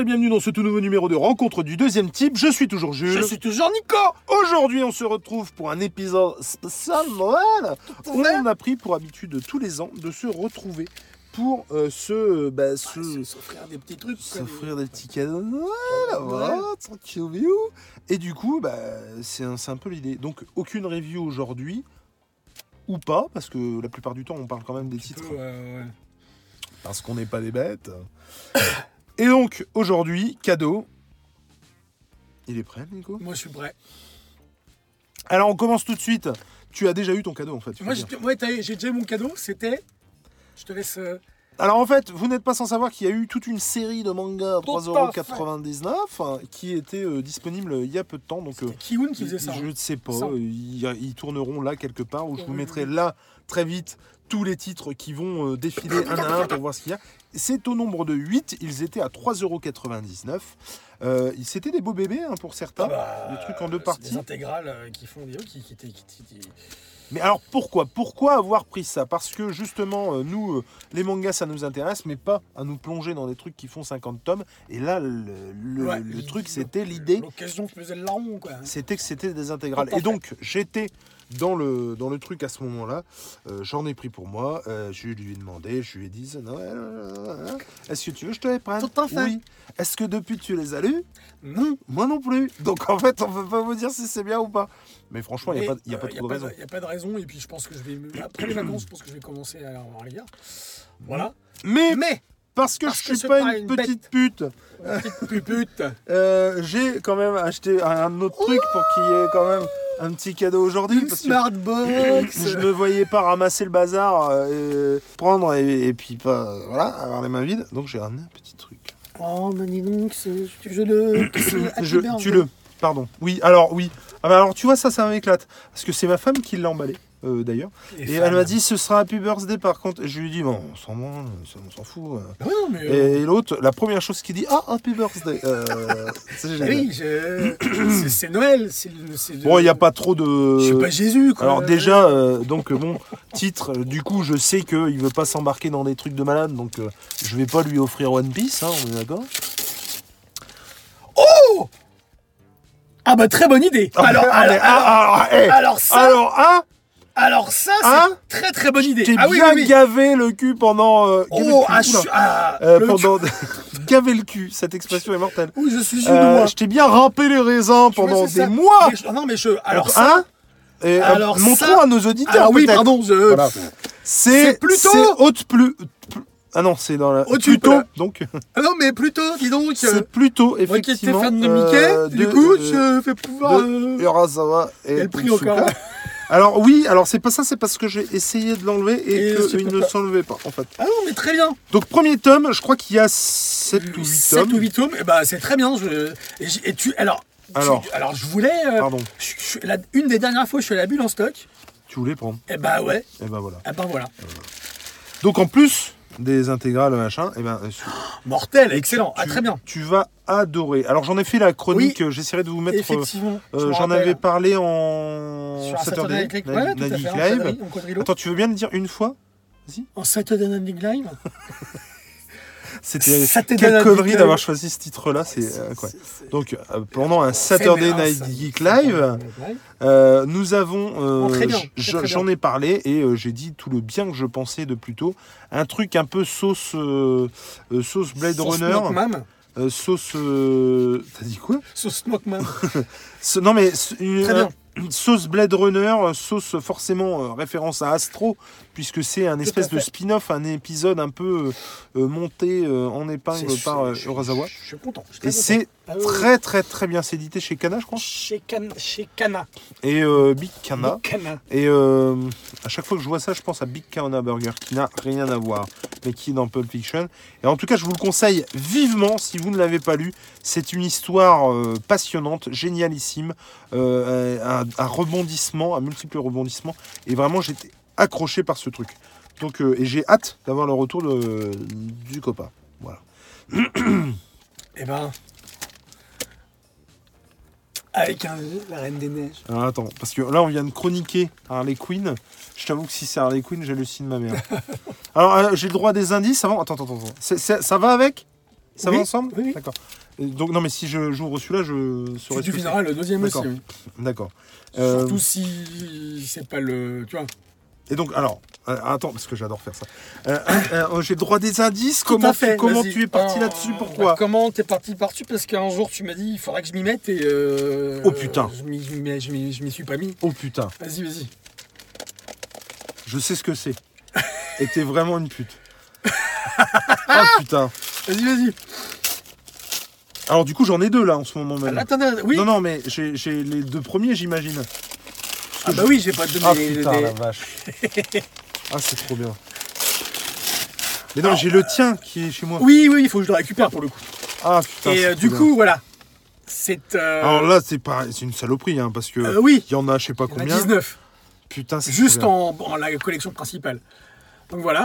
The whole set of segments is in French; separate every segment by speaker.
Speaker 1: et bienvenue dans ce tout nouveau numéro de Rencontre du deuxième type. Je suis toujours Jules.
Speaker 2: Je suis toujours Nico
Speaker 1: Aujourd'hui, on se retrouve pour un épisode spécial Noël. On a pris pour habitude tous les ans de se retrouver pour euh, se, euh, bah, se-
Speaker 2: Ouais, Ah, S'offrir des petits trucs. quoi,
Speaker 1: s'offrir des petits cadeaux de Noël,
Speaker 2: Cadeaux de
Speaker 1: voilà,
Speaker 2: Noël.
Speaker 1: tranquille, miou. Et du coup, bah, c'est un, c'est un peu l'idée. Donc, aucune review aujourd'hui, ou pas, parce que la plupart du temps, on parle quand même des
Speaker 2: des-
Speaker 1: titres,
Speaker 2: Ouais, euh, ouais.
Speaker 1: parce qu'on n'est pas des bêtes. Et donc, aujourd'hui, cadeau. Il est prêt, Nico
Speaker 2: Moi, je suis prêt.
Speaker 1: Alors, on commence tout de suite. Tu as déjà eu ton cadeau, en fait. faut
Speaker 2: Moi,
Speaker 1: dire.
Speaker 2: j'ai ouais, t'as eu- j'ai déjà eu mon cadeau. C'était. Je te laisse. euh,
Speaker 1: Alors en fait, vous n'êtes pas sans savoir qu'il y a eu toute une série de mangas à
Speaker 2: Tout à fait.
Speaker 1: 3,99€ hein, qui était euh, disponible il y a peu de temps. Donc euh,
Speaker 2: C'était Kiun qui faisait ça.
Speaker 1: je
Speaker 2: hein. Euh.
Speaker 1: ne sais pas,
Speaker 2: Ça.
Speaker 1: euh, il y a- ils, tourneront là quelque part où je vous
Speaker 2: Oui,
Speaker 1: mettrai là très vite tous les titres qui vont euh, défiler un à un pour voir ce qu'il y a. C'est au nombre de 8, ils étaient à 3,99€. Euh, C'était des beaux bébés hein, pour certains.
Speaker 2: Ah bah,
Speaker 1: des trucs en deux
Speaker 2: c'est
Speaker 1: parties.
Speaker 2: Des intégrales euh, qui font des. Qui, qui, qui, qui- qui-
Speaker 1: Mais alors pourquoi Pourquoi avoir pris ça Parce que justement, euh, nous, euh, les mangas, ça nous intéresse, mais pas à nous plonger dans des trucs qui font 50 tomes. Et là, le, le-
Speaker 2: Ouais,
Speaker 1: le
Speaker 2: l'i-
Speaker 1: truc, c'était l'idée,
Speaker 2: L'occasion faisait le larron, quoi.
Speaker 1: c'était que c'était des intégrales.
Speaker 2: Tout à
Speaker 1: Et donc, j'étais dans le, dans le truc à ce moment-là. Euh, J'en ai pris pour moi. Euh, je lui ai demandé, je lui ai dit, Noël, euh, est-ce que tu veux que je te les prenne
Speaker 2: Tout à fait.
Speaker 1: Oui. Est-ce que depuis tu les as lus
Speaker 2: Non
Speaker 1: Moi non plus. Donc en fait, on peut pas vous dire si c'est bien ou pas. Mais franchement, il n'y a,
Speaker 2: Mais,
Speaker 1: pas- il y a
Speaker 2: euh,
Speaker 1: pas
Speaker 2: y
Speaker 1: trop de raison.
Speaker 2: Il n'y a pas de raison, et puis je pense que je vais. me- Après les vacances, je pense que je vais commencer à en lire. Voilà.
Speaker 1: Mais
Speaker 2: Mais
Speaker 1: Parce que
Speaker 2: Parce
Speaker 1: je
Speaker 2: que
Speaker 1: suis
Speaker 2: c'est
Speaker 1: pas,
Speaker 2: pas
Speaker 1: une
Speaker 2: une
Speaker 1: petite pute.
Speaker 2: Petite pupute
Speaker 1: Euh, j'ai quand même acheté un, un autre truc pour qu'il y ait quand même un petit cadeau aujourd'hui.
Speaker 2: Une
Speaker 1: Parce que
Speaker 2: smartbox
Speaker 1: je me voyais pas ramasser le bazar, euh, et prendre et, et puis pas, euh, voilà, avoir les mains vides. Donc j'ai ramené un petit truc.
Speaker 2: Oh, mais dis donc, c'est- je je le. c'est-
Speaker 1: Je,
Speaker 2: Happy
Speaker 1: tu le. Pardon. Oui, alors oui. Ah bah alors tu vois, ça, ça m'éclate. Parce que c'est ma femme qui l'a emballé, euh, d'ailleurs.
Speaker 2: birthday.
Speaker 1: Et, elle m'a dit, ce sera Happy Birthday par contre. Et je lui ai dit, bon, on s'en branle, on s'en fout. euh.
Speaker 2: Ah non, mais. euh,
Speaker 1: Et l'autre, la première chose qu'il dit, ah, Happy Birthday. Euh, c'est génial.
Speaker 2: Ah oui, je- c'est- c'est Noël. c'est le- c'est le-
Speaker 1: Bon, il n'y a pas trop
Speaker 2: Je suis pas
Speaker 1: de.
Speaker 2: Jésus, quoi.
Speaker 1: Alors déjà, euh, donc euh, bon, titre, euh, du coup je sais qu'il veut pas s'embarquer dans des trucs de malade, donc euh, je vais pas lui offrir One Piece, hein, on est d'accord
Speaker 2: Ah bah, très bonne idée Alors,
Speaker 1: Ah, mais-
Speaker 2: alors,
Speaker 1: ah, ah, eh,
Speaker 2: alors ça,
Speaker 1: alors, hein
Speaker 2: alors ça, c'est
Speaker 1: Hein
Speaker 2: très très bonne idée.
Speaker 1: T'es
Speaker 2: Ah oui,
Speaker 1: bien
Speaker 2: oui, oui.
Speaker 1: gavé le cul pendant... euh, gavé le
Speaker 2: Oh,
Speaker 1: cul,
Speaker 2: ah,
Speaker 1: oula.
Speaker 2: je- ah,
Speaker 1: Euh,
Speaker 2: le-
Speaker 1: pendant... gavé le cul, cette expression est mortelle.
Speaker 2: Oui, je suis une
Speaker 1: Euh,
Speaker 2: de moi.
Speaker 1: je t'ai bien râpé les raisins
Speaker 2: Tu vois,
Speaker 1: pendant des
Speaker 2: c'est ça.
Speaker 1: mois
Speaker 2: Mais je- non, mais je. Alors
Speaker 1: Donc,
Speaker 2: ça.
Speaker 1: hein Et, euh,
Speaker 2: alors
Speaker 1: montrons
Speaker 2: ça-
Speaker 1: à nos auditeurs
Speaker 2: Alors oui,
Speaker 1: peut-être.
Speaker 2: pardon, je.
Speaker 1: Voilà. C'est
Speaker 2: C'est plutôt-
Speaker 1: c'est haute plus. pl- Ah non, c'est dans la.
Speaker 2: Au-dessus,
Speaker 1: plutôt.
Speaker 2: voilà.
Speaker 1: Donc
Speaker 2: Ah non, mais plutôt, dis donc. euh,
Speaker 1: c'est plutôt
Speaker 2: Moi qui étais
Speaker 1: effectivement.
Speaker 2: fan de Mickey,
Speaker 1: euh,
Speaker 2: du
Speaker 1: de-
Speaker 2: coup,
Speaker 1: euh,
Speaker 2: je fais pouvoir. euh,
Speaker 1: Urasawa et,
Speaker 2: Et le prix
Speaker 1: Otsuka.
Speaker 2: encore.
Speaker 1: Alors oui, alors c'est pas ça, c'est parce que j'ai essayé de l'enlever et,
Speaker 2: Et c'est
Speaker 1: qu'il
Speaker 2: pas
Speaker 1: ne
Speaker 2: ça.
Speaker 1: s'enlevait pas en fait.
Speaker 2: Ah non, mais très bien.
Speaker 1: Donc premier tome, je crois qu'il y a 7 ou 8
Speaker 2: 7
Speaker 1: tomes.
Speaker 2: ou 8 tomes, eh ben, c'est très bien. Je... Et, j'- et tu. Alors. tu-
Speaker 1: Alors.
Speaker 2: alors je voulais. euh,
Speaker 1: Pardon,
Speaker 2: je- je- la- une des dernières fois, je suis à la bulle en stock.
Speaker 1: tu voulais prendre.
Speaker 2: Et bah ouais.
Speaker 1: Et ben voilà.
Speaker 2: Et ben voilà.
Speaker 1: Donc en plus des intégrales machin, et ben euh,
Speaker 2: Mortel, excellent. Ah,
Speaker 1: tu-
Speaker 2: très bien.
Speaker 1: Tu vas adorer. Alors j'en ai fait la chronique, euh, j'essaierai de vous mettre euh,
Speaker 2: Effectivement.
Speaker 1: Euh,
Speaker 2: je me
Speaker 1: J'en
Speaker 2: rappelle,
Speaker 1: avais
Speaker 2: hein,
Speaker 1: parlé en
Speaker 2: Sur un
Speaker 1: Saturday
Speaker 2: Saturday
Speaker 1: Night
Speaker 2: Night Live. Ouais, tout à
Speaker 1: Night
Speaker 2: fait, en
Speaker 1: Live.
Speaker 2: quadrille- en quadrille.
Speaker 1: Attends, tu veux bien le dire une fois
Speaker 2: En Saturday Night Live.
Speaker 1: C'était
Speaker 2: Saturday
Speaker 1: quelle
Speaker 2: Night
Speaker 1: connerie
Speaker 2: Live.
Speaker 1: d'avoir choisi ce titre-là, c'est euh, quoi. Donc euh, pendant un Saturday Night Geek Live, euh, nous avons, euh,
Speaker 2: Bon, Oh, très bien,
Speaker 1: j-
Speaker 2: très, très
Speaker 1: j'en
Speaker 2: bien.
Speaker 1: ai parlé et euh, j'ai dit tout le bien que je pensais de plutôt un truc un peu sauce euh, euh, sauce Blade Runner,
Speaker 2: Smokeman.
Speaker 1: euh, sauce euh, t'as dit quoi
Speaker 2: Sur Smokeman.
Speaker 1: Ce- Non mais ce- une-
Speaker 2: Très bien.
Speaker 1: Une sauce Blade Runner, euh, sauce forcément euh, référence à Astro, puisque c'est un espèce de
Speaker 2: fait.
Speaker 1: spin-off, un épisode un peu euh, euh, monté euh, en épingle
Speaker 2: C'est-
Speaker 1: par euh,
Speaker 2: je- je-
Speaker 1: Urasawa.
Speaker 2: Je suis content. je suis très
Speaker 1: Et c'est
Speaker 2: content. Euh,
Speaker 1: très très très bien, c'est édité chez Kana, je crois.
Speaker 2: Chez Kana. Chez Kana.
Speaker 1: Et euh, Big Kana.
Speaker 2: Kana.
Speaker 1: Et euh, à chaque fois que je vois ça, je pense à Big Kana Burger, qui n'a rien à voir, mais qui est dans Pulp Fiction. Et en tout cas, je vous le conseille vivement si vous ne l'avez pas lu. C'est une histoire euh, passionnante, génialissime, euh, un, un rebondissement, un multiple rebondissement. Et vraiment, j'étais accroché par ce truc. Donc, euh, et j'ai hâte d'avoir le retour de- du copain.
Speaker 2: Eh ben. Avec un la Reine des Neiges.
Speaker 1: Alors, Ah, attends, parce que là, on vient de chroniquer Harley Quinn. Je t'avoue que si c'est Harley Quinn, j'hallucine ma mère. Alors, euh, j'ai le droit à des indices avant. Attends, attends, attends. C'est- c'est- ça va avec Ça
Speaker 2: Oui,
Speaker 1: va ensemble
Speaker 2: oui, oui.
Speaker 1: D'accord. Euh, Donc, non, mais si je- j'ouvre celui-là, je
Speaker 2: Tu,
Speaker 1: saurais.
Speaker 2: tu
Speaker 1: ce que
Speaker 2: finiras le deuxième aussi.
Speaker 1: D'accord.
Speaker 2: oui.
Speaker 1: c'est. D'accord. Euh,
Speaker 2: Surtout si c'est pas le. Tu vois.
Speaker 1: Et donc, alors, euh, attends, parce que j'adore faire ça. Euh, euh, euh, J'ai le droit des indices. Comment,
Speaker 2: Tout à fait,
Speaker 1: tu, comment
Speaker 2: vas-y.
Speaker 1: tu es parti
Speaker 2: Ah,
Speaker 1: là-dessus Pour
Speaker 2: bah,
Speaker 1: toi
Speaker 2: Comment t'es parti par-dessus Parce qu'un jour tu m'as dit il faudrait que je m'y mette et. euh,
Speaker 1: Oh, putain.
Speaker 2: Je m'y- je m'y je m'y- je m'y suis pas mis.
Speaker 1: Oh putain,
Speaker 2: Vas-y, vas-y.
Speaker 1: je sais ce que c'est. Et t'es vraiment une pute. Ah putain.
Speaker 2: Vas-y, vas-y.
Speaker 1: Alors, du coup, j'en ai deux là en ce moment même.
Speaker 2: Ah, Là, t'en as- Oui.
Speaker 1: Non, non, mais j'ai j'ai les deux premiers, j'imagine.
Speaker 2: Ah bah oui, j'ai pas de
Speaker 1: Ah
Speaker 2: mes-
Speaker 1: putain,
Speaker 2: des-
Speaker 1: la vache. ah, c'est trop bien. Mais non, j'ai le tien qui est chez moi.
Speaker 2: Ah. Oui, oui, il faut que je le récupère pour le coup.
Speaker 1: Ah putain.
Speaker 2: et
Speaker 1: c'est
Speaker 2: euh,
Speaker 1: trop
Speaker 2: du
Speaker 1: bien.
Speaker 2: coup, voilà. C'est. euh,
Speaker 1: Alors là, c'est pas, c'est une saloperie, hein, parce que il
Speaker 2: euh, oui,
Speaker 1: y en a, je sais pas
Speaker 2: il y en a
Speaker 1: combien.
Speaker 2: 19.
Speaker 1: Putain, c'est
Speaker 2: Juste
Speaker 1: trop bien.
Speaker 2: en, en la collection principale. Donc voilà.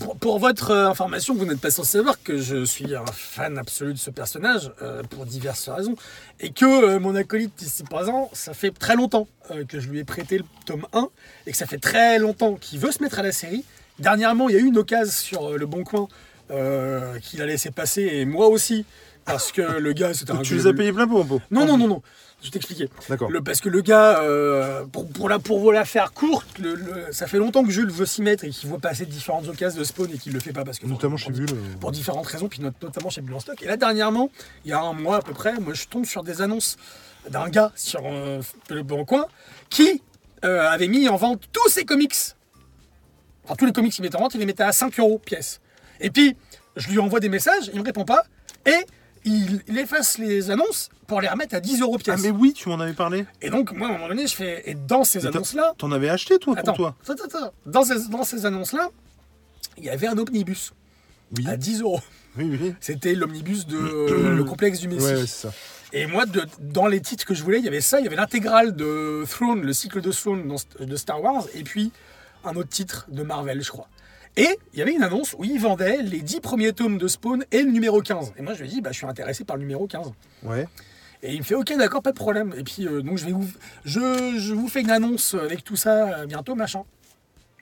Speaker 2: Pour, pour votre euh, information, vous n'êtes pas sans savoir que je suis un fan absolu de ce personnage euh, pour diverses raisons et que euh, mon acolyte ici présent, ça fait très longtemps euh, que je lui ai prêté le tome 1 et que ça fait très longtemps qu'il veut se mettre à la série. Dernièrement, il y a eu une occasion sur euh, Le Bon Coin euh, qu'il a laissé passer et moi aussi parce que le gars, c'était un
Speaker 1: Tu
Speaker 2: gueule-
Speaker 1: les as payés Ah plein pot en pot
Speaker 2: Non, non, non, non. Je vais t'expliquer.
Speaker 1: D'accord.
Speaker 2: Le- parce que le gars, euh, pour, pour, la, pour la faire courte, le- le- ça fait longtemps que Jules veut s'y mettre et qu'il voit passer différentes occasions de spawn et qu'il le fait pas parce que.
Speaker 1: Notamment
Speaker 2: pour-
Speaker 1: chez Bulle. euh,
Speaker 2: Pour différentes raisons, puis not- notamment chez Bulle en stock. Et là, dernièrement, il y a un mois à peu près, moi je tombe sur des annonces d'un gars sur euh, le bon coin qui euh, avait mis en vente tous ses comics. Enfin, tous les comics qu'il mettait en vente, il les mettait à 5 euros pièce. Et puis, je lui envoie des messages, il me répond pas et il, il efface les annonces pour les remettre à 10 euros
Speaker 1: Ah
Speaker 2: pièce.
Speaker 1: mais oui, tu m'en avais parlé.
Speaker 2: Et donc, moi, à un moment donné, je fais. Et dans ces
Speaker 1: Mais t'as-
Speaker 2: annonces-là.
Speaker 1: T'en avais acheté toi
Speaker 2: Attends,
Speaker 1: pour toi.
Speaker 2: attends, attends. Dans ces, dans ces annonces-là, il y avait un omnibus
Speaker 1: Oui.
Speaker 2: à 10 euros.
Speaker 1: Oui, oui.
Speaker 2: C'était l'omnibus de euh, le complexe du
Speaker 1: Ouais,
Speaker 2: Messie.
Speaker 1: ouais, c'est ça.
Speaker 2: Et moi, de- dans les titres que je voulais, il y avait ça, il y avait l'intégrale de Throne, le cycle de Throne dans- de Star Wars, et puis un autre titre de Marvel, je crois. Et il y avait une annonce où ils vendaient les 10 premiers tomes de Spawn et le numéro 15. Et moi, je lui ai dit, bah, je suis intéressé par le numéro 15.
Speaker 1: Ouais.
Speaker 2: Et il me fait ok d'accord pas de problème et puis euh, donc je vais vous je, je vous fais une annonce avec tout ça euh, bientôt machin.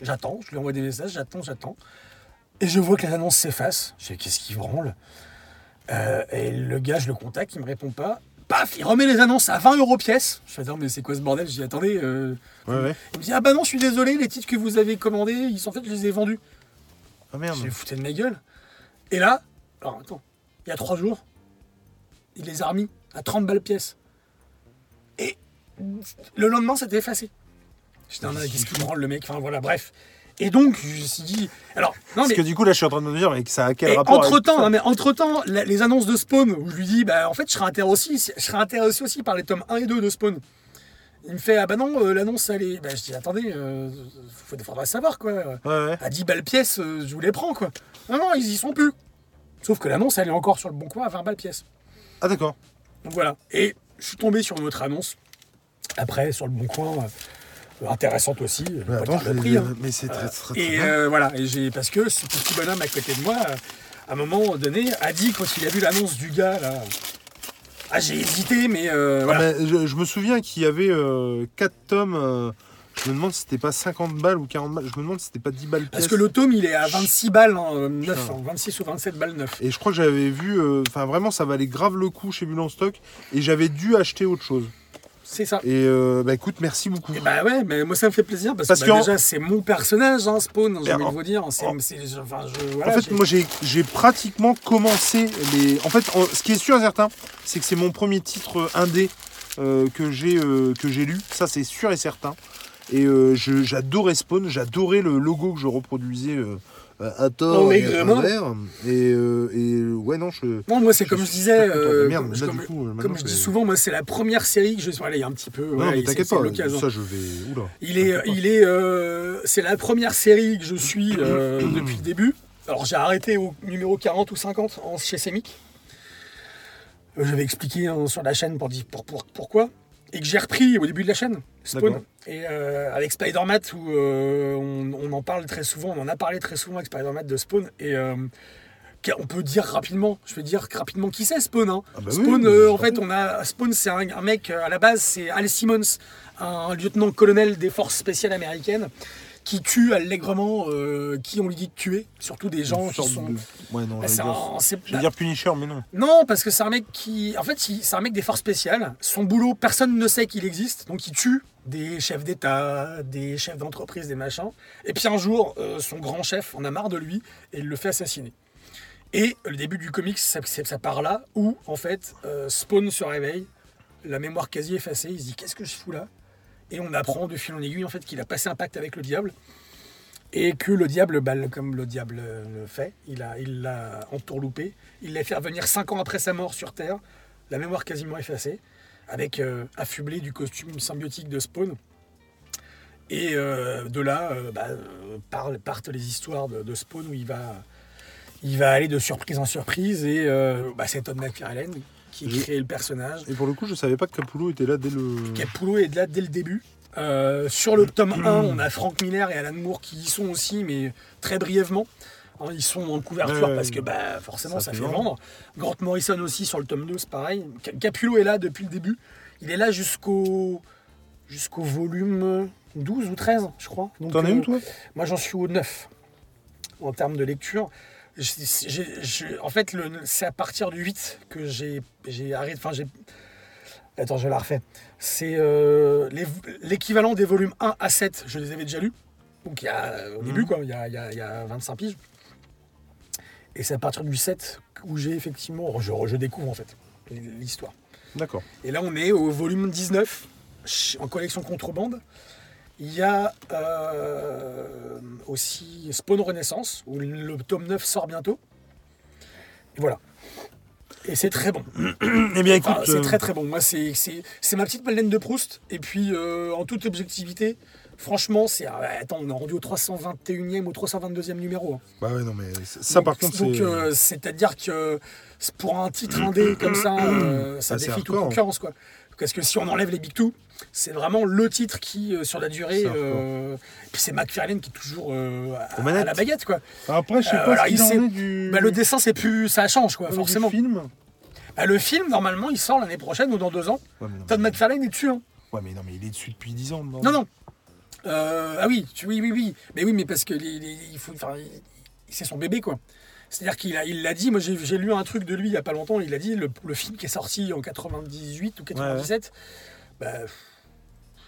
Speaker 2: J'attends, je lui envoie des messages, j'attends, j'attends. Et je vois que les annonces s'effacent. Je fais qu'est-ce qui branle Euh, Et le gars je le contacte, il me répond pas. Paf, il remet les annonces à 20 euros pièce. Je fais attends mais c'est quoi ce bordel Je dis attendez. euh,
Speaker 1: Ouais, ouais.
Speaker 2: Il me dit ah bah non je suis désolé les titres que vous avez commandés ils sont en fait je les ai vendus.
Speaker 1: Ah merde.
Speaker 2: Je les foutais de ma gueule. Et là, alors attends, il y a trois jours, il les a remis à 30 balles pièce. Et le lendemain, c'était effacé. J'étais un qu'est-ce qu'il me rend le mec Enfin voilà, bref. Et donc, je me suis dit. Alors, non
Speaker 1: Parce
Speaker 2: mais.
Speaker 1: que du coup là, je suis en train de me dire, mais que ça a quel
Speaker 2: Et
Speaker 1: rapport
Speaker 2: entre temps,
Speaker 1: avec-
Speaker 2: mais entre temps, les annonces de Spawn où je lui dis, bah en fait, je serais intéressé aussi, je serais intéressé aussi par les tomes 1 et 2 de Spawn. Il me fait, ah bah non, euh, l'annonce elle est. Bah, je dis, attendez, euh, faut- faudrait savoir quoi
Speaker 1: Ouais, ouais.
Speaker 2: à 10 balles pièce, euh, je vous les prends quoi. Non, non, ils y sont plus. Sauf que l'annonce, elle est encore sur le bon coin à 20 balles pièce.
Speaker 1: Ah d'accord.
Speaker 2: Donc voilà. Et je suis tombé sur une autre annonce. Après, sur le bon coin, euh, intéressante aussi. euh,
Speaker 1: Mais
Speaker 2: pas
Speaker 1: attends,
Speaker 2: le
Speaker 1: je vais-
Speaker 2: prix, hein.
Speaker 1: mais c'est très, très, très
Speaker 2: Et
Speaker 1: bien.
Speaker 2: euh, voilà, et j'ai parce que ce petit bonhomme à côté de moi, euh, à un moment donné, a dit quand il a vu l'annonce du gars là. Ah j'ai hésité, mais euh, voilà.
Speaker 1: Ah, mais je, je me souviens qu'il y avait 4 tomes. euh, je me demande si c'était pas 50 balles ou 40 balles. Je me demande si c'était pas 10 balles.
Speaker 2: parce
Speaker 1: pièce.
Speaker 2: que le tome il est à 26 balles hein, 9,
Speaker 1: Putain.
Speaker 2: hein, 26 ou 27 balles 9.
Speaker 1: Et je crois que j'avais vu. euh, Enfin, vraiment, ça valait grave le coup chez Bulle en stock. Et j'avais dû acheter autre chose.
Speaker 2: C'est ça.
Speaker 1: Et euh, bah écoute, merci beaucoup.
Speaker 2: Et bah ouais, mais moi ça me fait plaisir parce,
Speaker 1: Parce
Speaker 2: que
Speaker 1: que
Speaker 2: bah,
Speaker 1: en-
Speaker 2: déjà c'est mon personnage, hein, Spawn, hein, j'ai
Speaker 1: Ben,
Speaker 2: envie de
Speaker 1: en-
Speaker 2: vous dire. c'est-
Speaker 1: en-
Speaker 2: c'est- je- enfin, je-
Speaker 1: en
Speaker 2: voilà,
Speaker 1: fait,
Speaker 2: j'ai-
Speaker 1: moi, j'ai j'ai pratiquement commencé les. En fait, en- ce qui est sûr et certain, c'est que c'est mon premier titre euh, indé euh, que j'ai euh, que j'ai lu. Ça, c'est sûr et certain. Et euh, je- j'adorais Spawn, j'adorais le logo que je reproduisais euh, à
Speaker 2: Oh,
Speaker 1: tort
Speaker 2: mais
Speaker 1: et à
Speaker 2: vraiment.
Speaker 1: travers. Et, euh, et, euh, ouais, non, je.
Speaker 2: Non, moi c'est comme je
Speaker 1: suis
Speaker 2: disais,
Speaker 1: très content.
Speaker 2: euh,
Speaker 1: Merde,
Speaker 2: comme,
Speaker 1: là,
Speaker 2: comme-
Speaker 1: du coup, euh,
Speaker 2: comme
Speaker 1: maintenant,
Speaker 2: je
Speaker 1: je
Speaker 2: dis
Speaker 1: vais-
Speaker 2: souvent, moi c'est la première série que je suis allé un petit peu.
Speaker 1: Non,
Speaker 2: voilà,
Speaker 1: mais
Speaker 2: et c'est-
Speaker 1: t'inquiète
Speaker 2: c'est
Speaker 1: pas,
Speaker 2: l'occasion.
Speaker 1: ça je vais. Oula.
Speaker 2: Il est,
Speaker 1: t'inquiète pas.
Speaker 2: il est, euh, c'est la première série que je suis euh, depuis le début. Alors j'ai arrêté au numéro 40 ou 50 en, chez Semic. Euh, J'avais expliqué hein, sur la chaîne pour, dire- pour, pour- pourquoi. Et que j'ai repris au début de la chaîne, Spawn.
Speaker 1: D'accord.
Speaker 2: Et euh, avec Spider-Man, où euh, on, on en parle très souvent, on en a parlé très souvent avec Spider-Man de Spawn. Et euh, qu'est- on peut dire rapidement, je vais dire rapidement qui c'est Spawn. hein.
Speaker 1: Ah bah oui, oui,
Speaker 2: Spawn, euh,
Speaker 1: oui,
Speaker 2: en fait, on a Spawn, c'est un, un mec euh, à la base, c'est Al Simmons, un lieutenant-colonel des forces spéciales américaines, qui tue allègrement euh, qui on lui dit de tuer, surtout des gens
Speaker 1: Une
Speaker 2: qui
Speaker 1: sorte
Speaker 2: sont.
Speaker 1: de- Ouais, non,
Speaker 2: Bah,
Speaker 1: j'allais
Speaker 2: c'est
Speaker 1: dire-
Speaker 2: un- c'est-
Speaker 1: j'allais dire Punisher, mais non.
Speaker 2: non, parce que c'est un mec qui. En fait, il- c'est un mec des forces spéciales. Son boulot, personne ne sait qu'il existe. Donc, il tue des chefs d'État, des chefs d'entreprise, des machins. Et puis, un jour, euh, son grand chef en a marre de lui et il le fait assassiner. Et le début du comics, ça, c'est- ça part là où, en fait, euh, Spawn se réveille, la mémoire quasi effacée. Il se dit Qu'est-ce que je fous là Et on apprend de fil en aiguille, en fait, qu'il a passé un pacte avec le diable. Et que le diable, bah, le- comme le diable euh, le fait, il l'a il l'a entourloupé. Il l'a fait revenir 5 ans après sa mort sur Terre, la mémoire quasiment effacée, avec euh, affublé du costume symbiotique de Spawn. Et euh, de là euh, bah, euh, parlent- partent les histoires de, de Spawn où il va, il va aller de surprise en surprise. Et euh, bah, c'est Todd McFarlane qui
Speaker 1: Je-
Speaker 2: crée le personnage.
Speaker 1: Et pour le coup, je savais pas que Capullo était là dès le.
Speaker 2: Capullo est de là dès le début. Euh, sur le tome 1, on a Frank Miller et Alan Moore qui y sont aussi, mais très brièvement. Hein, ils sont en couverture
Speaker 1: Ouais,
Speaker 2: parce que
Speaker 1: ouais.
Speaker 2: bah, forcément ça,
Speaker 1: Ça
Speaker 2: fait
Speaker 1: fait
Speaker 2: vendre. Grant Morrison aussi sur le tome 2, c'est pareil. Ca- Capullo est là depuis le début. Il est là jusqu'au jusqu'au volume 12 ou 13, je crois. Donc,
Speaker 1: T'en es
Speaker 2: euh,
Speaker 1: où, toi
Speaker 2: moi, j'en suis au 9 en termes de lecture. J'ai- j'ai- j'ai- en fait, le- c'est à partir du 8 que j'ai j'ai arrêté. Enfin, j'ai. Attends, je la refais. C'est euh, les- l'équivalent des volumes 1 à 7. Je les avais déjà lus. Donc, il y a, euh, au début, quoi, il y a, il y a- il y a 25 piges. Et c'est à partir du 7 où j'ai effectivement. Je, je découvre, en fait, l'histoire.
Speaker 1: D'accord.
Speaker 2: Et là, on est au volume 19, ch- en collection contrebande. Il y a euh, aussi Spawn Renaissance, où le tome 9 sort bientôt. Et voilà. Et c'est très bon.
Speaker 1: Eh bien,
Speaker 2: Enfin,
Speaker 1: écoute.
Speaker 2: c'est
Speaker 1: euh,
Speaker 2: très très bon. Moi, c'est- c'est c'est ma petite Madeleine de Proust. Et puis, euh, en toute objectivité, franchement, c'est. ah, Attends, on est rendu au 321e ou 322e numéro. hein.
Speaker 1: Bah ouais, non, mais ça, ça, par
Speaker 2: Donc-
Speaker 1: contre,
Speaker 2: donc,
Speaker 1: c'est.
Speaker 2: euh, c'est-à-dire que c'est pour un titre indé comme ça, euh, ça
Speaker 1: Ah, c'est
Speaker 2: défie toute
Speaker 1: hardcore.
Speaker 2: concurrence quoi. Parce que si on enlève les Big Two, c'est vraiment le titre qui, euh, sur la durée,
Speaker 1: C'est hardcore.
Speaker 2: euh, puis c'est McFarlane qui est toujours euh, à,
Speaker 1: Aux manettes.
Speaker 2: à la baguette quoi.
Speaker 1: Bah, Après, je sais
Speaker 2: euh,
Speaker 1: pas
Speaker 2: alors,
Speaker 1: ce qu'il
Speaker 2: il
Speaker 1: en
Speaker 2: s'est-
Speaker 1: est du.
Speaker 2: Bah, le dessin c'est plus, ça change quoi,
Speaker 1: Mm. du
Speaker 2: forcément.
Speaker 1: film.
Speaker 2: Bah, le film normalement il sort l'année prochaine ou dans deux ans.
Speaker 1: Ouais, mais non,
Speaker 2: Todd
Speaker 1: mais-
Speaker 2: McFarlane est dessus. hein.
Speaker 1: Ouais, mais non, mais il est dessus depuis 10 ans.
Speaker 2: Non non. Euh, ah oui, tu- oui oui oui, mais oui mais parce que les- les- il faut, enfin, il- c'est son bébé quoi. C'est-à-dire qu'il a- il l'a dit, moi j'ai j'ai lu un truc de lui il y a pas longtemps, il a dit le, le film qui est sorti en 98 ou 97, bah pff, je sais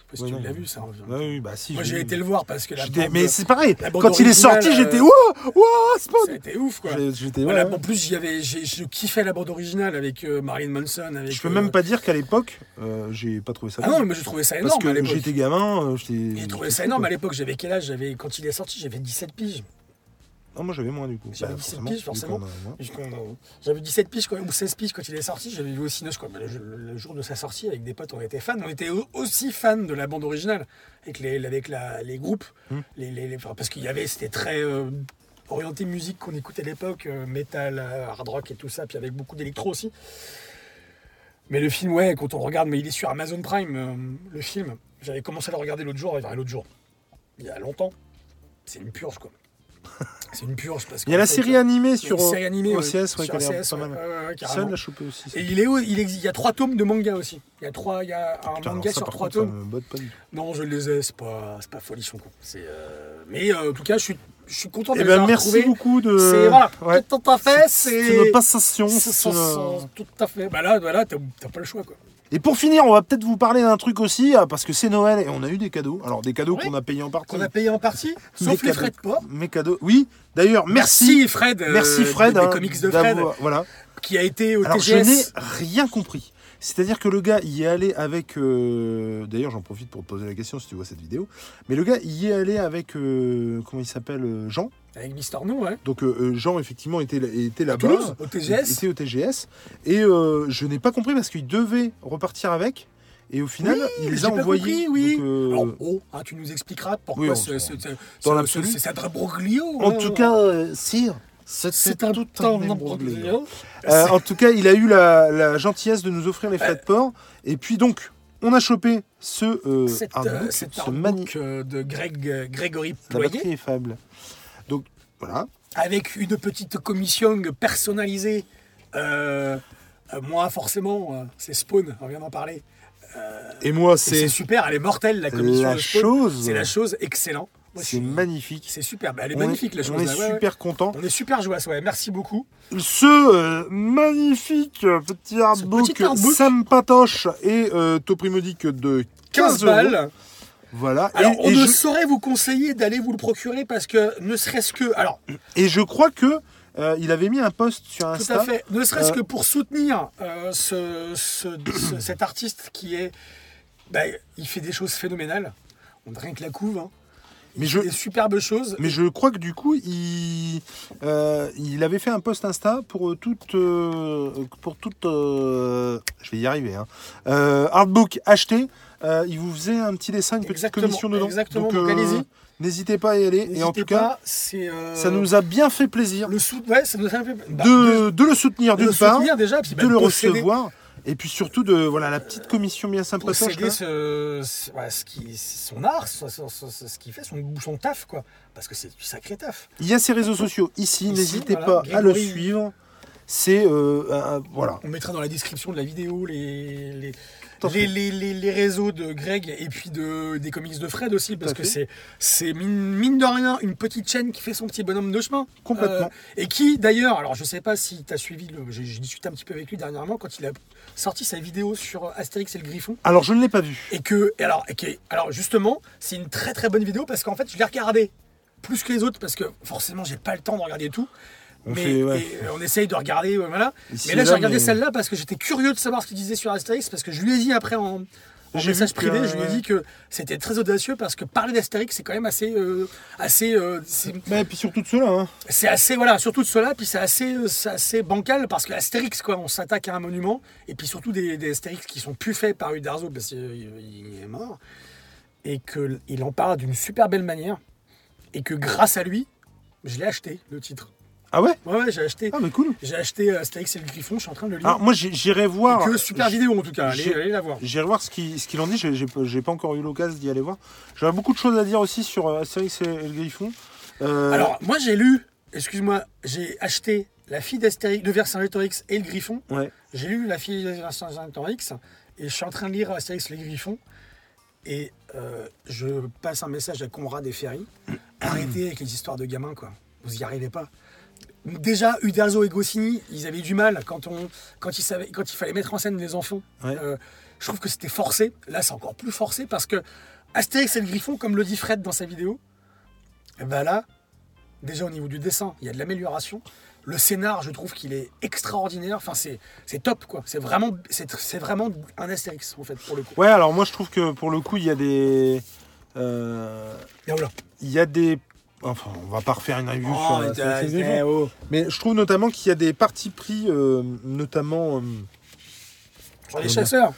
Speaker 2: pas si
Speaker 1: Ouais,
Speaker 2: tu
Speaker 1: non,
Speaker 2: l'as
Speaker 1: mais-
Speaker 2: vu ça. enfin,
Speaker 1: Ouais, oui, bah si.
Speaker 2: Moi
Speaker 1: je-
Speaker 2: j'ai été le voir parce que la
Speaker 1: j'étais-
Speaker 2: bande-
Speaker 1: Mais c'est pareil.
Speaker 2: la bande
Speaker 1: Quand il est
Speaker 2: originale,
Speaker 1: sorti,
Speaker 2: euh,
Speaker 1: j'étais. Ouah Ouah Spawn
Speaker 2: c'était ouf quoi.
Speaker 1: J'ai- J'étais.
Speaker 2: Voilà,
Speaker 1: ouais.
Speaker 2: en plus j'y avais, j'ai- je kiffais la bande originale avec euh, Marilyn Manson, avec.
Speaker 1: Je peux
Speaker 2: euh,
Speaker 1: même pas dire qu'à l'époque, euh, j'ai pas trouvé ça.
Speaker 2: Ah
Speaker 1: bien.
Speaker 2: non, mais j'ai trouvé ça
Speaker 1: Parce
Speaker 2: énorme à
Speaker 1: que
Speaker 2: l'époque.
Speaker 1: j'étais gamin, euh, j'étais.
Speaker 2: J'ai trouvé
Speaker 1: j'étais
Speaker 2: ça
Speaker 1: fou,
Speaker 2: énorme
Speaker 1: quoi.
Speaker 2: à l'époque. J'avais quel âge J'avais quand il est sorti, j'avais 17 piges.
Speaker 1: Non, moi j'avais moins du coup.
Speaker 2: J'avais
Speaker 1: Bah,
Speaker 2: 17 piges,
Speaker 1: vu qu'on a moins.
Speaker 2: Puisqu'on a- euh, J'avais 17 piges quand- ou 16 piges quand il est sorti, j'avais vu aussi Noche, quoi. Mais Le, le jour de sa sortie, avec des potes, on était fans. On était au- aussi fans de la bande originale, avec les, avec la- les groupes.
Speaker 1: Hmm.
Speaker 2: Les, les- les- enfin, parce qu'il y avait, c'était très euh, orienté musique qu'on écoutait à l'époque, euh, metal, euh, hard rock et tout ça, puis avec beaucoup d'électro aussi. Mais le film, ouais, quand on le regarde, mais il est sur Amazon Prime, euh, le film. J'avais commencé à le regarder l'autre jour, enfin, l'autre jour, il y a longtemps. C'est une purge, quoi. C'est une purge parce que.
Speaker 1: Il y a la série animée sur
Speaker 2: série animée,
Speaker 1: OCS, ouais,
Speaker 2: Sur
Speaker 1: qui a l'air
Speaker 2: OCS,
Speaker 1: pas
Speaker 2: ouais,
Speaker 1: mal.
Speaker 2: ouais, ouais,
Speaker 1: Ça,
Speaker 2: carrément.
Speaker 1: elle l'a chopé aussi. ça.
Speaker 2: Et il est où il, exi- il y a trois tomes de manga aussi. Il y a trois, il y a un
Speaker 1: Putain, alors
Speaker 2: manga
Speaker 1: ça,
Speaker 2: sur
Speaker 1: par
Speaker 2: trois
Speaker 1: contre, ça
Speaker 2: tomes.
Speaker 1: me botte pas du tout.
Speaker 2: Non, je les ai, c'est pas, c'est pas folichon quoi. C'est, euh, Mais euh, en tout cas, je suis, je suis content de
Speaker 1: Eh
Speaker 2: les
Speaker 1: ben,
Speaker 2: avoir
Speaker 1: merci
Speaker 2: retrouvés.
Speaker 1: beaucoup de.
Speaker 2: C'est voilà,
Speaker 1: Ouais.
Speaker 2: tout à fait, c'est.
Speaker 1: C'est une passation.
Speaker 2: c'est-
Speaker 1: c'est une-
Speaker 2: c'est- Tout à fait. Bah là, bah là, t'as t'as pas le choix quoi.
Speaker 1: Et pour finir, on va peut-être vous parler d'un truc aussi, euh, parce que c'est Noël et on a eu des cadeaux. Alors des cadeaux
Speaker 2: Oui.
Speaker 1: qu'on a payés en partie.
Speaker 2: Qu'on a payé en partie,
Speaker 1: Mes
Speaker 2: sauf les
Speaker 1: cadeaux.
Speaker 2: frais de port.
Speaker 1: Mes cadeaux. Oui. D'ailleurs, merci.
Speaker 2: Merci Fred. euh,
Speaker 1: Merci Fred.
Speaker 2: Des, des
Speaker 1: hein,
Speaker 2: comics de Fred
Speaker 1: d'avoir- Voilà.
Speaker 2: qui a été au
Speaker 1: Alors je n'ai
Speaker 2: TGS.
Speaker 1: rien compris. C'est-à-dire que le gars y est allé avec. euh, D'ailleurs, j'en profite pour te poser la question si tu vois cette vidéo. Mais le gars y est allé avec. euh, Comment il s'appelle euh, Jean.
Speaker 2: Avec Mister No, ouais.
Speaker 1: Donc euh, euh, Jean, effectivement, était, était là-bas.
Speaker 2: Toulouse, au
Speaker 1: Il
Speaker 2: TGS.
Speaker 1: était au TGS. Et euh, je n'ai pas compris parce qu'il devait repartir avec. Et au final, il les
Speaker 2: j'ai
Speaker 1: a
Speaker 2: pas
Speaker 1: envoyés.
Speaker 2: compris, oui.
Speaker 1: Donc, euh,
Speaker 2: Alors, oh, hein, tu nous expliqueras pourquoi
Speaker 1: Oui, on-
Speaker 2: ce, ce- ce-
Speaker 1: dans
Speaker 2: ce-
Speaker 1: l'absolu.
Speaker 2: ce- C'est un broglio.
Speaker 1: en
Speaker 2: hein.
Speaker 1: tout cas, euh, sire,
Speaker 2: c'est un tout un broglio.
Speaker 1: Euh, en tout cas, il a eu la, la gentillesse de nous offrir les frais de port. Et puis donc, on a chopé ce euh,
Speaker 2: Cet
Speaker 1: artbook,
Speaker 2: euh, cet
Speaker 1: ce
Speaker 2: artbook,
Speaker 1: magnifique.
Speaker 2: euh, de Greg, euh, Grégory
Speaker 1: La
Speaker 2: Ployer,
Speaker 1: batterie est faible. Donc voilà.
Speaker 2: avec une petite commission personnalisée. Euh, euh, moi, forcément, euh, c'est Spawn, on vient d'en parler.
Speaker 1: Et moi,
Speaker 2: Et C'est super, elle est mortelle, la commission
Speaker 1: la
Speaker 2: de Spawn.
Speaker 1: chose.
Speaker 2: C'est la chose, excellent. Moi, je
Speaker 1: C'est
Speaker 2: suis-
Speaker 1: magnifique.
Speaker 2: C'est super. Bah, elle est
Speaker 1: On
Speaker 2: magnifique,
Speaker 1: est-
Speaker 2: la chose.
Speaker 1: On est
Speaker 2: là. Ouais, ouais.
Speaker 1: super content.
Speaker 2: On est super joyeux, ouais. Merci beaucoup.
Speaker 1: Ce euh, magnifique euh, petit artbook,
Speaker 2: petit artbook.
Speaker 1: Sam Patoche et euh, Toprimovic de 15
Speaker 2: 15
Speaker 1: euros.
Speaker 2: balles.
Speaker 1: Voilà.
Speaker 2: Alors,
Speaker 1: et,
Speaker 2: on
Speaker 1: et
Speaker 2: ne
Speaker 1: je,
Speaker 2: saurait vous conseiller d'aller vous le procurer parce que ne serait-ce que. Alors,
Speaker 1: et je crois que euh, il avait mis un post sur
Speaker 2: tout
Speaker 1: Insta.
Speaker 2: à fait. Ne serait-ce
Speaker 1: Euh,
Speaker 2: que pour soutenir euh, ce, ce- ce- cet artiste qui est. bah, il fait des choses phénoménales. On ne rien que la couve. hein.
Speaker 1: Mais je,
Speaker 2: Des superbes choses.
Speaker 1: mais je crois que du coup, il, euh, il avait fait un post Insta pour euh, toute, euh, pour toute, euh, je vais y arriver. Hein, euh, artbook acheté. euh, il vous faisait un petit dessin, une petite
Speaker 2: Exactement,
Speaker 1: commission dedans.
Speaker 2: exactement,
Speaker 1: Donc, euh,
Speaker 2: donc allez-y.
Speaker 1: N'hésitez pas à y aller. Et en
Speaker 2: N'hésitez
Speaker 1: tout cas,
Speaker 2: pas, c'est. euh,
Speaker 1: ça nous a bien fait plaisir.
Speaker 2: Le sou... Ouais, ça nous a fait. bah,
Speaker 1: de, de le soutenir
Speaker 2: de
Speaker 1: d'une
Speaker 2: le
Speaker 1: part,
Speaker 2: soutenir déjà, puis bah,
Speaker 1: de le
Speaker 2: posséder-
Speaker 1: recevoir, et puis surtout de voilà la petite commission bien sympatoche.
Speaker 2: posséder
Speaker 1: là.
Speaker 2: ce, ce- ouais, ce qui, son art, ce, ce- ce- ce- ce qu'il fait, son, son taf, quoi. Parce que c'est du sacré taf.
Speaker 1: Il y a ses réseaux sociaux ici,
Speaker 2: Ici,
Speaker 1: n'hésitez pas
Speaker 2: voilà,
Speaker 1: à le
Speaker 2: Grégory.
Speaker 1: suivre. C'est euh, un- voilà.
Speaker 2: On mettra dans la description de la vidéo les, les,
Speaker 1: Tout à
Speaker 2: les,
Speaker 1: fait.
Speaker 2: les- les- les réseaux de Greg et puis de, des comics de Fred aussi, parce
Speaker 1: à
Speaker 2: que
Speaker 1: fait.
Speaker 2: c'est, c'est mine, mine de rien une petite chaîne qui fait son petit bonhomme de chemin. Euh,
Speaker 1: Complètement.
Speaker 2: et qui, d'ailleurs, alors je sais pas si tu as suivi, le, j'ai, j'ai discuté un petit peu avec lui dernièrement quand il a sorti sa vidéo sur Astérix et le Griffon.
Speaker 1: Alors je ne l'ai pas vu.
Speaker 2: Et que, et alors, et que- alors justement, c'est une très très bonne vidéo parce qu'en fait, je l'ai regardée plus que les autres parce que forcément, j'ai pas le temps de regarder tout.
Speaker 1: On
Speaker 2: mais
Speaker 1: fait, ouais.
Speaker 2: et, euh, on essaye de regarder, ouais, voilà.
Speaker 1: Ici
Speaker 2: mais
Speaker 1: et
Speaker 2: là,
Speaker 1: là,
Speaker 2: j'ai regardé
Speaker 1: mais-
Speaker 2: celle-là parce que j'étais curieux de savoir ce qu'il disait sur Astérix parce que je lui ai dit après en, en
Speaker 1: J'ai vu
Speaker 2: message
Speaker 1: que,
Speaker 2: privé, je lui ai
Speaker 1: ouais.
Speaker 2: dit que c'était très audacieux parce que parler d'Astérix, c'est quand même assez, euh, assez, euh, c'est-
Speaker 1: Bah, et puis surtout de cela. hein.
Speaker 2: c'est assez, voilà, surtout de cela, puis c'est assez, euh, c'est assez bancal parce que Astérix, quoi, on s'attaque à un monument, et puis surtout des, des Astérix qui sont plus faits par Uderzo parce qu'il est mort, et qu'il en parle d'une super belle manière, et que grâce à lui, je l'ai acheté, le titre.
Speaker 1: Ah ouais
Speaker 2: Ouais, ouais, j'ai acheté,
Speaker 1: Ah mais cool.
Speaker 2: j'ai acheté euh, Astérix et le Griffon, je suis en train de le lire.
Speaker 1: Alors moi j'ai- j'irai
Speaker 2: Et
Speaker 1: voir.
Speaker 2: que super vidéo en tout cas, allez,
Speaker 1: j'ai-
Speaker 2: allez la voir.
Speaker 1: J'irai voir ce qu'il ce qu'il en dit. J'ai- J'ai pas- j'ai pas encore eu l'occasion d'y aller voir. J'aurais beaucoup de choses à dire aussi sur euh, Astérix et, et le Griffon. Euh,
Speaker 2: Alors, moi j'ai lu, excuse-moi, j'ai acheté La fille d'Astérix, de Vercingétorix et le Griffon,
Speaker 1: ouais.
Speaker 2: J'ai lu La fille des Instincteurs X et je suis en train de lire Astérix les Griffons. Et euh, je passe un message à Conrad et Ferry. Arrêtez avec les histoires de gamins, quoi. Vous y arrivez pas. Déjà, Uderzo et Goscinny, ils avaient du mal quand, on, quand, ils savaient, quand il fallait mettre en scène les enfants.
Speaker 1: Ouais.
Speaker 2: Euh, je trouve que c'était forcé. Là, c'est encore plus forcé parce que Astérix et le Griffon, comme le dit Fred dans sa vidéo, eh ben là, déjà au niveau du dessin, il y a de l'amélioration. Le scénar, je trouve qu'il est extraordinaire. Enfin, c'est c'est top, quoi. C'est vraiment, c'est c'est vraiment un Astérix, en fait, pour le coup.
Speaker 1: Ouais alors moi je trouve que pour le coup il y a des euh,
Speaker 2: Et voilà.
Speaker 1: il y a des enfin on va pas refaire une review sur
Speaker 2: Oh,
Speaker 1: Astérix et le
Speaker 2: eh,
Speaker 1: Griffon.
Speaker 2: eh, oh.
Speaker 1: Mais je trouve notamment qu'il y a des partis pris, euh, notamment. euh,
Speaker 2: Genre les
Speaker 1: Bien.
Speaker 2: chasseurs.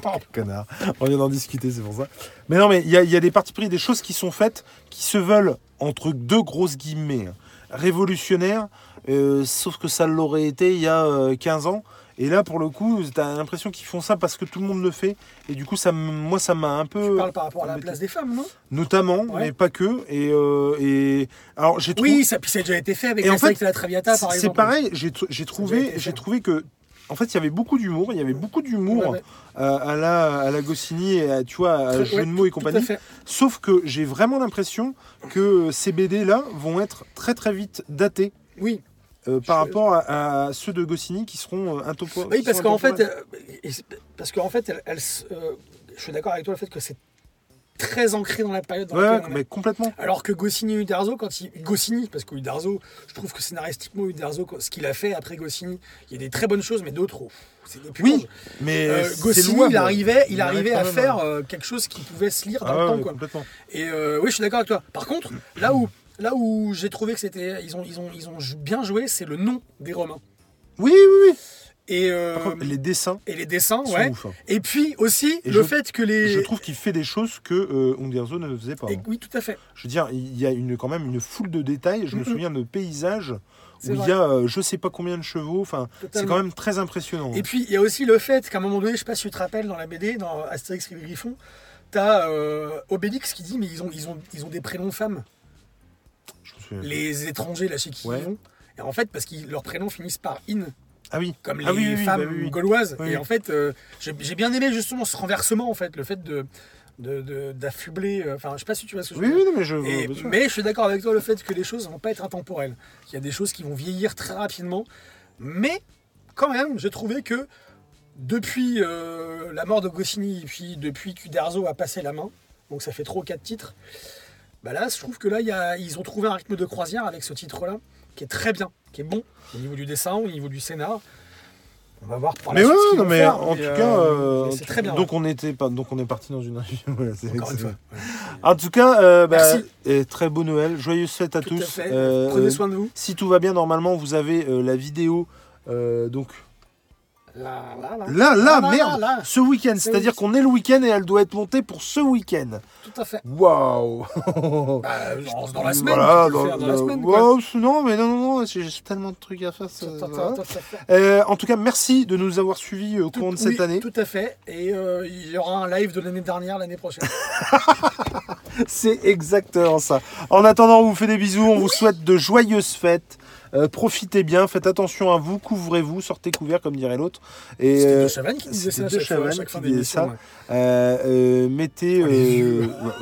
Speaker 2: Pardon.
Speaker 1: connard, on vient d'en discuter, c'est pour ça. Mais non, mais il y a, il y a des partis pris, des choses qui sont faites, qui se veulent, entre deux grosses guillemets, hein, révolutionnaires, euh, sauf que ça l'aurait été il y a euh, 15 ans. Et là, pour le coup, t'as l'impression qu'ils font ça parce que tout le monde le fait. Et du coup, ça, m- moi, ça m'a un
Speaker 2: Tu
Speaker 1: peu.
Speaker 2: parles par
Speaker 1: Oh,
Speaker 2: rapport à la place des femmes, non
Speaker 1: Notamment,
Speaker 2: Ouais.
Speaker 1: mais pas que. Et. euh, et... Alors, j'ai trouvé.
Speaker 2: Oui, ça, puis ça a déjà été fait avec
Speaker 1: Et en
Speaker 2: Astérix
Speaker 1: fait,
Speaker 2: et la Traviata, Ah, par
Speaker 1: C'est- C'est
Speaker 2: exemple.
Speaker 1: pareil, j'ai tr- j'ai
Speaker 2: déjà
Speaker 1: trouvé,
Speaker 2: été
Speaker 1: j'ai
Speaker 2: fait.
Speaker 1: trouvé que. En fait, il y avait beaucoup d'humour, il y avait beaucoup d'humour
Speaker 2: Ouais, ouais.
Speaker 1: euh, à la à la Goscinny et à, tu vois, à
Speaker 2: Très-
Speaker 1: jeu
Speaker 2: ouais,
Speaker 1: de mots et
Speaker 2: Tout à
Speaker 1: compagnie.
Speaker 2: fait.
Speaker 1: Sauf que j'ai vraiment l'impression que euh, ces BD là vont être très très vite datés
Speaker 2: Oui,
Speaker 1: euh, par
Speaker 2: Je-
Speaker 1: rapport à, à ceux de Goscinny qui seront euh, intempo-
Speaker 2: Oui,
Speaker 1: qui
Speaker 2: parce
Speaker 1: sont
Speaker 2: qu'en fait,
Speaker 1: intemporels.
Speaker 2: euh, et c'est- parce qu'en fait, elle, elle s- euh, je suis d'accord avec toi le fait que c'est très ancré dans la période dans
Speaker 1: Ouais,
Speaker 2: laquelle
Speaker 1: ouais,
Speaker 2: on est.
Speaker 1: mais complètement.
Speaker 2: Alors que Goscinny et Uderzo, quand il Goscinny, parce que Uderzo, je trouve que scénaristiquement Uderzo, ce qu'il a fait après Goscinny, il y a des très bonnes choses, mais d'autres, oh, c'est des
Speaker 1: Oui,
Speaker 2: purges.
Speaker 1: Mais
Speaker 2: Euh,
Speaker 1: c'est
Speaker 2: Goscinny,
Speaker 1: louable.
Speaker 2: il arrivait, il
Speaker 1: Il arrive
Speaker 2: arrivait
Speaker 1: quand
Speaker 2: à
Speaker 1: même, hein.
Speaker 2: faire euh, quelque chose qui pouvait se lire dans
Speaker 1: Ah
Speaker 2: le temps,
Speaker 1: ouais,
Speaker 2: quoi.
Speaker 1: complètement.
Speaker 2: Et euh, oui, je suis d'accord avec toi. Par contre, là où là où j'ai trouvé que c'était, ils ont ils ont ils ont jou- bien joué, c'est le nom des Romains.
Speaker 1: Oui, oui, oui.
Speaker 2: Et euh,
Speaker 1: Par contre, les dessins
Speaker 2: et les dessins,
Speaker 1: sont
Speaker 2: ouais.
Speaker 1: ouf. hein.
Speaker 2: Et puis aussi
Speaker 1: Et je-
Speaker 2: le fait que
Speaker 1: Je
Speaker 2: les.
Speaker 1: trouve qu'il fait des choses que euh, Ungerzo ne faisait pas.
Speaker 2: Et-
Speaker 1: hein.
Speaker 2: oui, tout à fait.
Speaker 1: Je veux dire, il y a une, quand même une foule de détails. Je me
Speaker 2: Mhm.
Speaker 1: souviens de paysages
Speaker 2: C'est
Speaker 1: où il
Speaker 2: vrai.
Speaker 1: y a euh, je sais pas combien de chevaux. Enfin, c'est
Speaker 2: Totalement.
Speaker 1: quand même très impressionnant. hein.
Speaker 2: Et puis il y a aussi le fait qu'à un moment donné, je sais pas si tu te rappelles dans la BD, dans Astérix et le Griffon, t'as euh, Obélix qui dit mais ils ont ils ont ils ont des prénoms de femmes.
Speaker 1: Je me souviens.
Speaker 2: Les étrangers là chez qui
Speaker 1: Mhm. Ouais.
Speaker 2: ils vont. Et en fait parce que leurs prénoms finissent par in,
Speaker 1: Ah oui.
Speaker 2: comme les
Speaker 1: Ah oui, oui, oui,
Speaker 2: femmes
Speaker 1: bah oui, oui.
Speaker 2: gauloises.
Speaker 1: Oui,
Speaker 2: Et
Speaker 1: oui.
Speaker 2: en fait, euh, j'ai j'ai bien aimé justement ce renversement en fait, le fait de de- de- d'affubler. euh, Enfin, je sais pas si tu vois ce que je veux
Speaker 1: Oui,
Speaker 2: dire.
Speaker 1: oui, non, mais je.
Speaker 2: Et-
Speaker 1: bien sûr.
Speaker 2: mais je suis d'accord avec toi le fait que les choses vont pas être intemporelles. Il y a des choses qui vont vieillir très rapidement. Mais quand même, j'ai trouvé que depuis euh, la mort de Goscinny et puis depuis qu'Uderzo a passé la main, donc ça fait trop quatre titres, bah là, je trouve que là, il y a- ils ont trouvé un rythme de croisière avec ce titre-là, qui est très bien, qui est bon au niveau du dessin, au niveau du scénar. On va voir pour la
Speaker 1: Mais ouais,
Speaker 2: suite ce qu'ils
Speaker 1: non,
Speaker 2: vont
Speaker 1: mais
Speaker 2: faire,
Speaker 1: en
Speaker 2: mais,
Speaker 1: tout
Speaker 2: euh,
Speaker 1: cas, euh,
Speaker 2: c'est très bien. hein.
Speaker 1: donc on était pas, donc on est parti dans une. voilà, c'est-
Speaker 2: Encore une
Speaker 1: c'est-
Speaker 2: fois.
Speaker 1: En tout cas, euh, bah,
Speaker 2: Merci.
Speaker 1: et très beau Noël, joyeuses fêtes à
Speaker 2: Tout
Speaker 1: tous.
Speaker 2: à fait.
Speaker 1: Euh,
Speaker 2: Prenez soin de vous.
Speaker 1: Si tout va bien, normalement, vous avez euh, la vidéo. euh, donc
Speaker 2: Là, là, là.
Speaker 1: là, là,
Speaker 2: Ah, là,
Speaker 1: merde,
Speaker 2: là, là.
Speaker 1: ce week-end.
Speaker 2: C'est-
Speaker 1: C'est-à-dire qu'on est le week-end et elle doit être montée pour ce week-end.
Speaker 2: Tout à fait.
Speaker 1: Waouh.
Speaker 2: Bah, dans, dans la semaine.
Speaker 1: Voilà,
Speaker 2: tu peux
Speaker 1: dans-
Speaker 2: le faire dans la
Speaker 1: dans-
Speaker 2: semaine. quoi.
Speaker 1: waouh, non, mais non, non, non, j'ai j'ai tellement de trucs à faire. ça-
Speaker 2: Attends, attends,
Speaker 1: voilà.
Speaker 2: attends, attends.
Speaker 1: Euh, en tout cas, merci de nous avoir suivis euh, au
Speaker 2: Tout-
Speaker 1: cours de
Speaker 2: oui,
Speaker 1: cette année.
Speaker 2: Tout à fait. Et euh, il y aura un live de l'année dernière l'année prochaine.
Speaker 1: C'est exactement ça. En attendant, on vous fait des bisous, on vous souhaite de joyeuses fêtes. Euh, profitez bien, faites attention à vous, couvrez-vous, sortez couvert comme dirait l'autre. Et
Speaker 2: C'était
Speaker 1: euh,
Speaker 2: De Chavannes qui disait ça à
Speaker 1: c'était De
Speaker 2: chaque fois, à
Speaker 1: Chavannes
Speaker 2: chaque fin
Speaker 1: qui disait
Speaker 2: d'émission.
Speaker 1: ça.
Speaker 2: ouais.
Speaker 1: euh, euh, mettez.
Speaker 2: On est vieux.
Speaker 1: euh, ouais,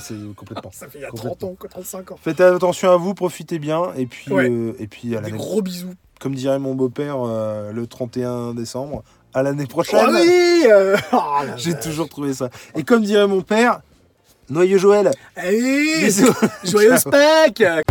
Speaker 1: C'est complètement.
Speaker 2: Ça fait il y a
Speaker 1: Complètement.
Speaker 2: 30 ans, quoi, 35 ans.
Speaker 1: Faites attention à vous, profitez bien, et puis,
Speaker 2: Ouais.
Speaker 1: euh, et puis à
Speaker 2: Des
Speaker 1: l'année-
Speaker 2: gros bisous.
Speaker 1: comme dirait mon beau-père euh, le 31 décembre, à l'année prochaine.
Speaker 2: Ah oui euh, oh là
Speaker 1: J'ai
Speaker 2: là.
Speaker 1: toujours trouvé ça. Et comme dirait mon père, noyeux Joël,
Speaker 2: Eh Allez,
Speaker 1: bisous.
Speaker 2: Joyeuse Pâques